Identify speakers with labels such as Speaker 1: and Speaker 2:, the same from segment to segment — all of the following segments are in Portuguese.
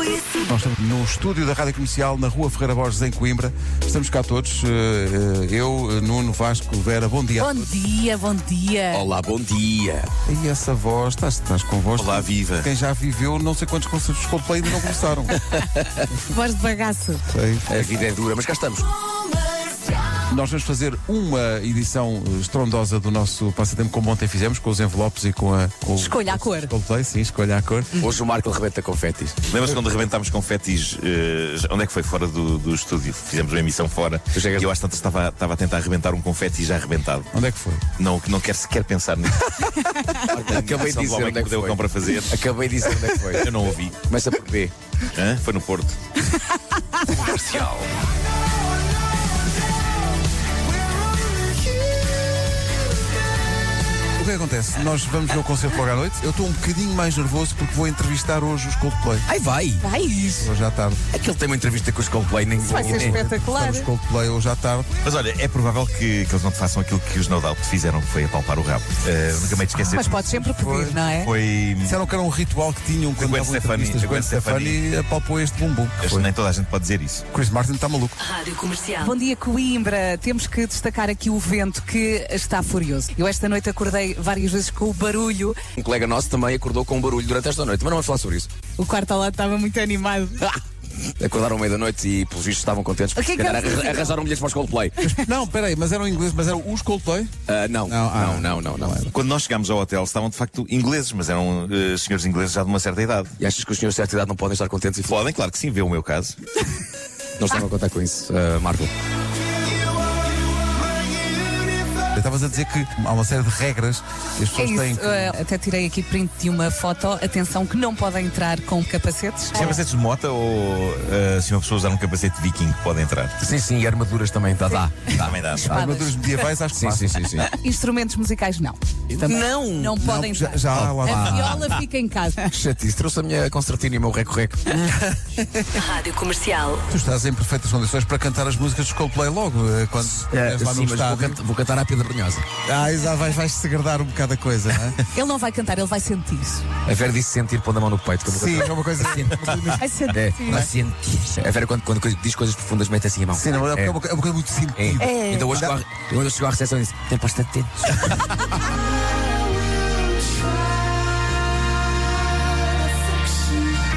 Speaker 1: assim.
Speaker 2: nós estamos no estúdio da Rádio Comercial, na Rua Ferreira Borges, em Coimbra. Estamos cá todos, eh, eh, eu, Nuno, Vasco, Vera, bom dia.
Speaker 3: Bom dia, bom dia.
Speaker 4: Olá, bom dia.
Speaker 2: E essa voz, estás, estás convosco.
Speaker 4: Olá, viva.
Speaker 2: Quem já viveu não sei quantos concertos de Coldplay ainda não começaram.
Speaker 3: Voz de bagaço.
Speaker 2: Sei.
Speaker 4: A vida é dura, mas cá estamos.
Speaker 2: Nós vamos fazer uma edição eh, estrondosa do nosso passatempo, como ontem fizemos, com os envelopes e com a. Com o-
Speaker 3: Escolha a cor. Hum.
Speaker 2: Coldplay, sim, escolha a cor.
Speaker 4: Hoje o Marco rebenta confetis.
Speaker 5: Lembras quando arrebentámos confetis? eh, onde é que foi? Fora do, do estúdio. Fizemos uma emissão fora.
Speaker 4: Tu chegas-
Speaker 5: E eu às tantas estava, estava a tentar arrebentar um confeti já arrebentado.
Speaker 2: Onde é que foi?
Speaker 5: Não, que não quero sequer pensar nisso.
Speaker 4: Acabei de
Speaker 5: Ação do
Speaker 4: dizer onde
Speaker 5: homem
Speaker 4: é que
Speaker 5: mordeu o
Speaker 4: foi.
Speaker 5: cão para fazer.
Speaker 4: Acabei de dizer onde é que foi.
Speaker 5: Eu não ouvi.
Speaker 4: Começa por B.
Speaker 5: Hã? Foi no Porto. Comercial.
Speaker 2: O que acontece? Nós vamos ver o concerto logo à noite. Eu estou um bocadinho mais nervoso porque vou entrevistar hoje os Coldplay.
Speaker 4: Ai vai!
Speaker 3: Vai isso.
Speaker 2: Hoje à tarde.
Speaker 4: Aquele tem uma entrevista com os Coldplay. Nem,
Speaker 3: Vai ser
Speaker 4: nem-
Speaker 3: espetacular.
Speaker 2: Os Coldplay hoje à tarde.
Speaker 5: Mas olha, é provável que, que eles não te façam aquilo que os No Doubt fizeram, que foi apalpar o rabo. Eh, nunca me
Speaker 3: Ah,
Speaker 5: esquecer.
Speaker 3: Mas pode sempre pedir, não é?
Speaker 5: Foi.
Speaker 2: Disseram que era um ritual que tinham quando
Speaker 5: Gwen
Speaker 2: davam
Speaker 5: Stefani,
Speaker 2: entrevistas.
Speaker 5: a Gwen
Speaker 2: Gwen Stefani apalpou este bumbum. que
Speaker 5: Acho que
Speaker 2: foi.
Speaker 5: Nem toda a gente pode dizer isso.
Speaker 2: Chris Martin está maluco.
Speaker 1: Rádio Comercial.
Speaker 3: Bom dia, Coimbra. Temos que destacar aqui o vento que está furioso. Eu esta noite acordei várias vezes com o barulho.
Speaker 4: Um colega nosso também acordou com um barulho durante esta noite, mas não vamos falar sobre isso.
Speaker 3: O quarto ao lado estava muito animado.
Speaker 4: Acordaram ao meio da noite e, pelos vistos, estavam contentes porque
Speaker 3: O que é
Speaker 4: se
Speaker 3: que
Speaker 4: calhar
Speaker 3: eles
Speaker 4: arra-
Speaker 3: fizeram?
Speaker 4: arranjaram bilhetes para os Coldplay.
Speaker 2: Não, peraí, mas eram ingleses, mas eram os Coldplay?
Speaker 4: Ah, não,
Speaker 2: Não, ah,
Speaker 4: não, não, não, não. é.
Speaker 5: Quando nós chegámos ao hotel, estavam de facto ingleses, mas eram eh, senhores ingleses já de uma certa idade.
Speaker 4: E achas que os senhores de certa idade não podem estar contentes e
Speaker 5: Podem, claro que sim, vê o meu caso.
Speaker 4: não estavam a contar com isso, ah, Marco?
Speaker 2: Eu Estavas a dizer que há uma série de regras que as
Speaker 3: É
Speaker 2: pessoas têm.
Speaker 3: isso.
Speaker 2: que-
Speaker 3: Eh, até tirei aqui print de uma foto. Atenção que não podem entrar com capacetes.
Speaker 5: Se é capacetes de moto ou eh, se uma pessoa usar um capacete viking pode entrar?
Speaker 4: Sim, sim, e armaduras também, tá, tá.
Speaker 5: Também dá.
Speaker 2: As armaduras medievais, acho que
Speaker 4: Sim,
Speaker 2: passa.
Speaker 4: sim, sim, sim.
Speaker 3: Instrumentos musicais não.
Speaker 4: Não!
Speaker 3: Não
Speaker 2: Não,
Speaker 3: podem
Speaker 2: já,
Speaker 3: entrar.
Speaker 2: já há lá.
Speaker 3: A viola fica em casa.
Speaker 4: Que Chatice, trouxe a minha concertina e o meu recorreco.
Speaker 1: Rádio Comercial.
Speaker 2: Tu estás em perfeitas condições para cantar as músicas dos Coldplay logo, eh, quando estiveres
Speaker 4: É,
Speaker 2: lá
Speaker 4: sim,
Speaker 2: no
Speaker 4: mas vou,
Speaker 2: estádio.
Speaker 4: canta- vou cantar à Pedra Brunhosa.
Speaker 2: Ah, exato, vais, vais segredar um bocado a coisa, não é?
Speaker 3: Ele não vai cantar, ele vai sentir.
Speaker 4: A Vera disse sentir pondo a mão no peito. Como
Speaker 2: Sim, é uma coisa assim.
Speaker 3: Vai sentir.
Speaker 4: É,
Speaker 3: sim.
Speaker 4: a sentir. A Vera, quando, quando coisa- diz coisas profundas, mete assim a mão.
Speaker 2: Sim, não, é, porque é uma, é uma coisa muito
Speaker 4: É.
Speaker 2: sentida.
Speaker 4: Então hoje chegou à- eu hoje chegou à recepção e disse: Tem pasta de dentes.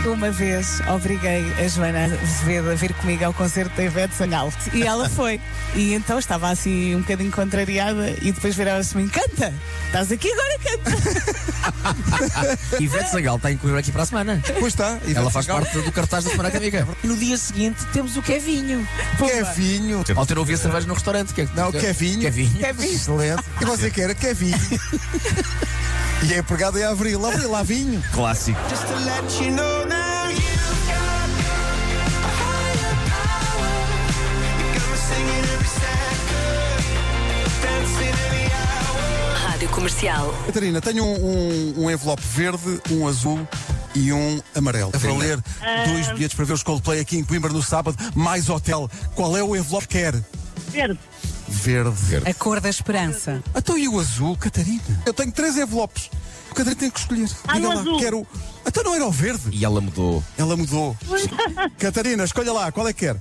Speaker 6: Uma vez obriguei a Joana Azevedo a vir comigo ao concerto da Ivete Sangal e ela foi. E então estava assim um bocadinho contrariada e depois virava-se me canta! Estás aqui agora, canta!
Speaker 4: Ivete Zagal está em Coimbra aqui para a semana.
Speaker 2: Pois está. e
Speaker 4: Ela
Speaker 2: vai
Speaker 4: faz
Speaker 2: ficar-
Speaker 4: parte do cartaz da semana académica. No dia seguinte temos o Kevinho.
Speaker 2: Que é vinho.
Speaker 4: Ontem não havia cerveja no restaurante. Que é,
Speaker 2: Não,
Speaker 4: que-
Speaker 2: Kevinho.
Speaker 4: Kevinho.
Speaker 2: Excelente. E você quer que é vinho. E é pregado em abril. Abril, lá vinho.
Speaker 5: Clássico.
Speaker 1: Rádio Comercial.
Speaker 2: Catarina, tenho um, um- um envelope verde, um azul e um amarelo. É para ler dois bilhetes para ver os Coldplay aqui em Coimbra no sábado, mais hotel. Qual é o envelope que quer?
Speaker 7: Verde.
Speaker 2: Verde.
Speaker 3: A cor da esperança.
Speaker 2: Então e o azul, Catarina? Eu tenho três envelopes. O Catarina tem que escolher.
Speaker 7: Ah,
Speaker 2: Diga
Speaker 7: no
Speaker 2: lá,
Speaker 7: azul.
Speaker 2: quero. Então não era o verde.
Speaker 4: E ela mudou.
Speaker 2: Ela mudou. Catarina, escolha lá, qual é que quer?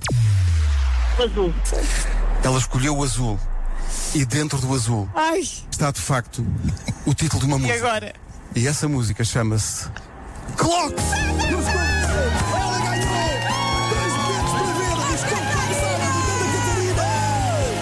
Speaker 7: O azul.
Speaker 2: Ela escolheu o azul. E dentro do azul
Speaker 6: Ai,
Speaker 2: está de facto o título de uma
Speaker 6: e
Speaker 2: música.
Speaker 6: agora?
Speaker 2: E essa música chama-se Clocks! Ela ganhou dois bilhetes para ver os Coldplay sábado, Dona Catarina!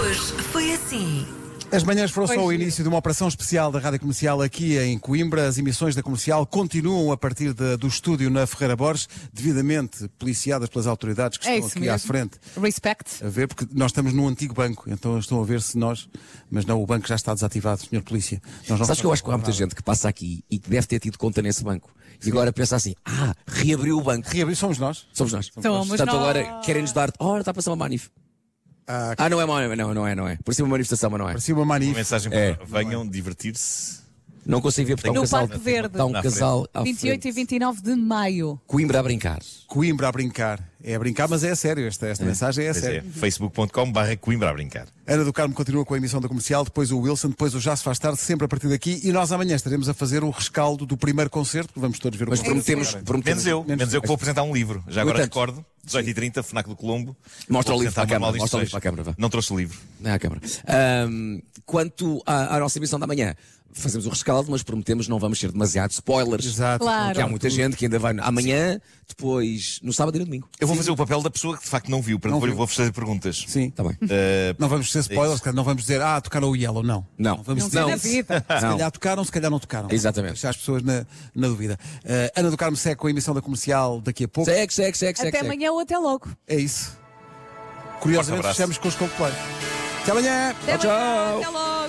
Speaker 1: Hoje foi assim.
Speaker 2: As manhãs foram só o início de uma operação especial da Rádio Comercial aqui em Coimbra. As emissões da Comercial continuam a partir da- do estúdio na Ferreira Borges, devidamente policiadas pelas autoridades que
Speaker 3: É
Speaker 2: estão
Speaker 3: isso
Speaker 2: aqui
Speaker 3: mesmo.
Speaker 2: à frente.
Speaker 3: Respect.
Speaker 2: A ver, porque nós estamos num antigo banco, então estão a ver se nós. Mas não, o banco já está desativado, senhor Polícia. Nós não
Speaker 4: Sabes que eu acho que há muita gente que passa aqui e que deve ter tido conta nesse banco. E agora pensa assim: Ah, reabriu o banco.
Speaker 2: Reabrir, somos nós.
Speaker 4: Somos nós.
Speaker 3: Somos
Speaker 4: Portanto,
Speaker 3: nós.
Speaker 4: agora querem-nos dar. Ora, está a passar uma manif. Ah, não é uma não, não é, não é. Por uma manifestação, mas não é.
Speaker 2: Parecia uma manif.
Speaker 5: Mensagem para venham divertir-se.
Speaker 4: Não consigo ver porque está um
Speaker 3: No
Speaker 4: casal.
Speaker 3: Parque Verde.
Speaker 4: Está um
Speaker 5: Na
Speaker 4: casal à
Speaker 3: 28
Speaker 4: frente.
Speaker 3: e 29 de maio.
Speaker 4: Coimbra a brincar.
Speaker 2: Coimbra a brincar. É a brincar, mas é a sério. Esta, esta mensagem é a
Speaker 5: Pois é,
Speaker 2: sério.
Speaker 5: facebook.com/barra Coimbra a brincar.
Speaker 2: Ana do Carmo continua com a emissão da comercial, depois o Wilson, depois o Já Se Faz Tarde, sempre a partir daqui. E nós amanhã estaremos a fazer o rescaldo do primeiro concerto, que vamos todos ver o
Speaker 4: Mas
Speaker 2: concerto.
Speaker 4: prometemos. prometemos
Speaker 5: Menos eu, menos, eu que vou apresentar um livro. Já agora
Speaker 4: Portanto,
Speaker 5: recordo, 18h30, Fnac do Colombo.
Speaker 4: Mostra
Speaker 5: Vou
Speaker 4: o livro
Speaker 5: apresentar
Speaker 4: para a
Speaker 5: Manual
Speaker 4: câmara,
Speaker 5: de
Speaker 4: mostra o livro
Speaker 5: Instruções.
Speaker 4: para a câmara, vá.
Speaker 5: Não trouxe o livro.
Speaker 4: Não, Ah, à câmara. Ahm, quanto à, à nossa emissão da manhã, fazemos o rescaldo, mas prometemos não vamos ser demasiado spoilers.
Speaker 2: Exato.
Speaker 3: Claro.
Speaker 4: Porque há muita gente que ainda vai no- amanhã, depois, no sábado e no domingo.
Speaker 5: Eu vou fazer o papel da pessoa que de facto não viu, para depois
Speaker 2: viu.
Speaker 5: eu vou fazer perguntas.
Speaker 2: Sim.
Speaker 4: Está Tá bem.
Speaker 5: Eh,
Speaker 2: Não vamos ser spoilers, portanto, não vamos dizer, ah, tocaram o Yellow, não.
Speaker 4: Não.
Speaker 2: vamos
Speaker 3: Não
Speaker 2: dizer,
Speaker 3: sei na é vida.
Speaker 2: Se
Speaker 4: Não.
Speaker 2: calhar tocaram, se calhar não tocaram.
Speaker 4: Exatamente.
Speaker 2: Deixar as pessoas na, na dúvida. Eh, Ana do Carmo segue com a emissão da comercial daqui a pouco.
Speaker 4: Segue, segue, segue, segue.
Speaker 3: até
Speaker 4: segue.
Speaker 3: amanhã ou até logo.
Speaker 2: É isso.
Speaker 5: Forte
Speaker 2: Curiosamente,
Speaker 5: abraço.
Speaker 2: fechamos com os Coldplay. Até amanhã!
Speaker 3: Até, amanhã, até logo.